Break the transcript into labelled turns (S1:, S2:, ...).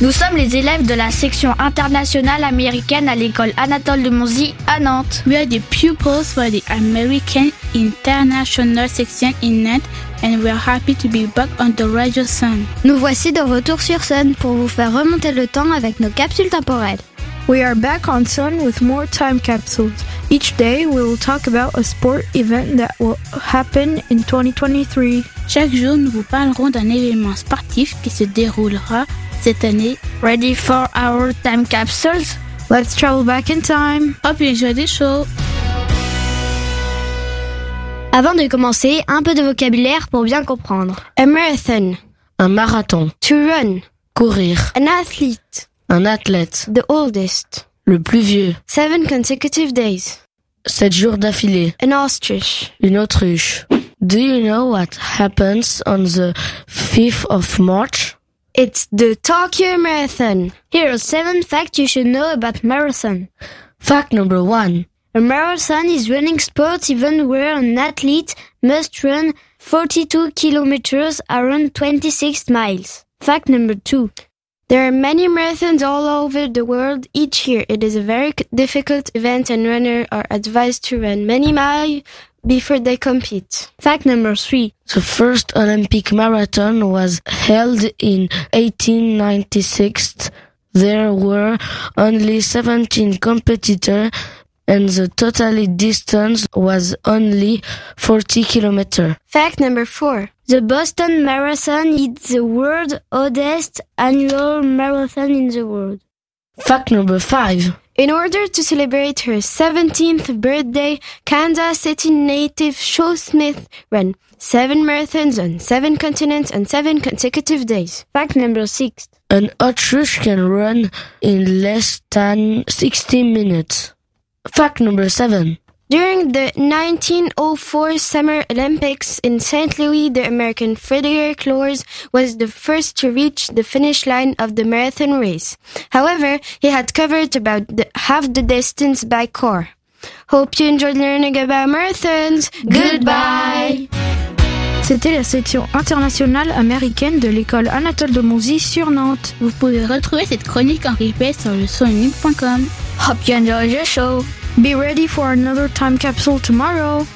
S1: Nous sommes les élèves de la section internationale américaine à l'école Anatole de Monzy à Nantes.
S2: We are the pupils for the American International Section in Nantes and we are happy to be back on the radio soon.
S3: Nous voici de retour sur Sun pour vous faire remonter le temps avec nos capsules temporelles.
S4: We are back on Sun with more time capsules. Each day, we will talk about a sport event that will happen in 2023.
S2: Chaque jour, nous vous parlerons d'un événement sportif qui se déroulera cette année.
S1: Ready for our time capsules?
S4: Let's travel back in time.
S2: Hope you enjoy the show.
S3: Avant de commencer, un peu de vocabulaire pour bien comprendre.
S5: A marathon,
S6: Un marathon.
S5: to run,
S6: Courir.
S5: an athlete,
S6: Un athlète.
S5: the oldest,
S6: Le plus vieux.
S5: seven consecutive days,
S6: Sept jours d'affilée.
S5: an ostrich.
S6: Une autruche. Do you know what happens on the 5th of March?
S5: It's the Tokyo Marathon.
S3: Here are seven facts you should know about marathon.
S6: Fact number one.
S3: A marathon is running sports event where an athlete must run 42 kilometers around 26 miles. Fact number two.
S5: There are many marathons all over the world each year. It is a very c- difficult event, and runners are advised to run many miles before they compete.
S3: Fact number three.
S6: The first Olympic marathon was held in 1896. There were only 17 competitors and the total distance was only 40 kilometers.
S5: Fact number four.
S3: The Boston Marathon is the world's oldest annual marathon in the world.
S6: Fact number five.
S5: In order to celebrate her 17th birthday, Kansas City native Shaw Smith ran seven marathons on seven continents on seven consecutive days.
S3: Fact number six.
S6: An ostrich can run in less than 60 minutes. Fact number seven.
S5: During the 1904 Summer Olympics in St. Louis, the American Frederick Lors was the first to reach the finish line of the marathon race. However, he had covered about the, half the distance by car. Hope you enjoyed learning about marathons. Goodbye.
S4: C'était la section internationale américaine de l'école Anatole de Monzy sur Nantes.
S2: Vous pouvez retrouver cette chronique en replay sur le sonunique.com.
S1: Hope you enjoy the show.
S4: Be ready for another time capsule tomorrow.